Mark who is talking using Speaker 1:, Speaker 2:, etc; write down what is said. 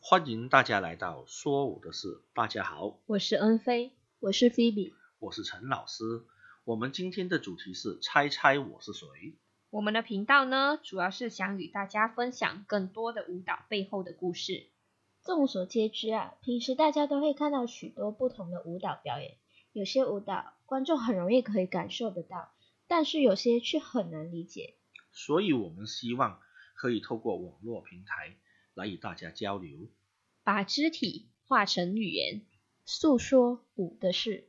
Speaker 1: 欢迎大家来到说我的事，大家好，
Speaker 2: 我是恩菲，我是菲比。
Speaker 1: 我是陈老师。我们今天的主题是猜猜我是谁。
Speaker 3: 我们的频道呢，主要是想与大家分享更多的舞蹈背后的故事。
Speaker 4: 众所皆知啊，平时大家都会看到许多不同的舞蹈表演，有些舞蹈观众很容易可以感受得到，但是有些却很难理解。
Speaker 1: 所以我们希望可以透过网络平台来与大家交流。
Speaker 3: 把肢体化成语言，
Speaker 4: 诉说舞的事，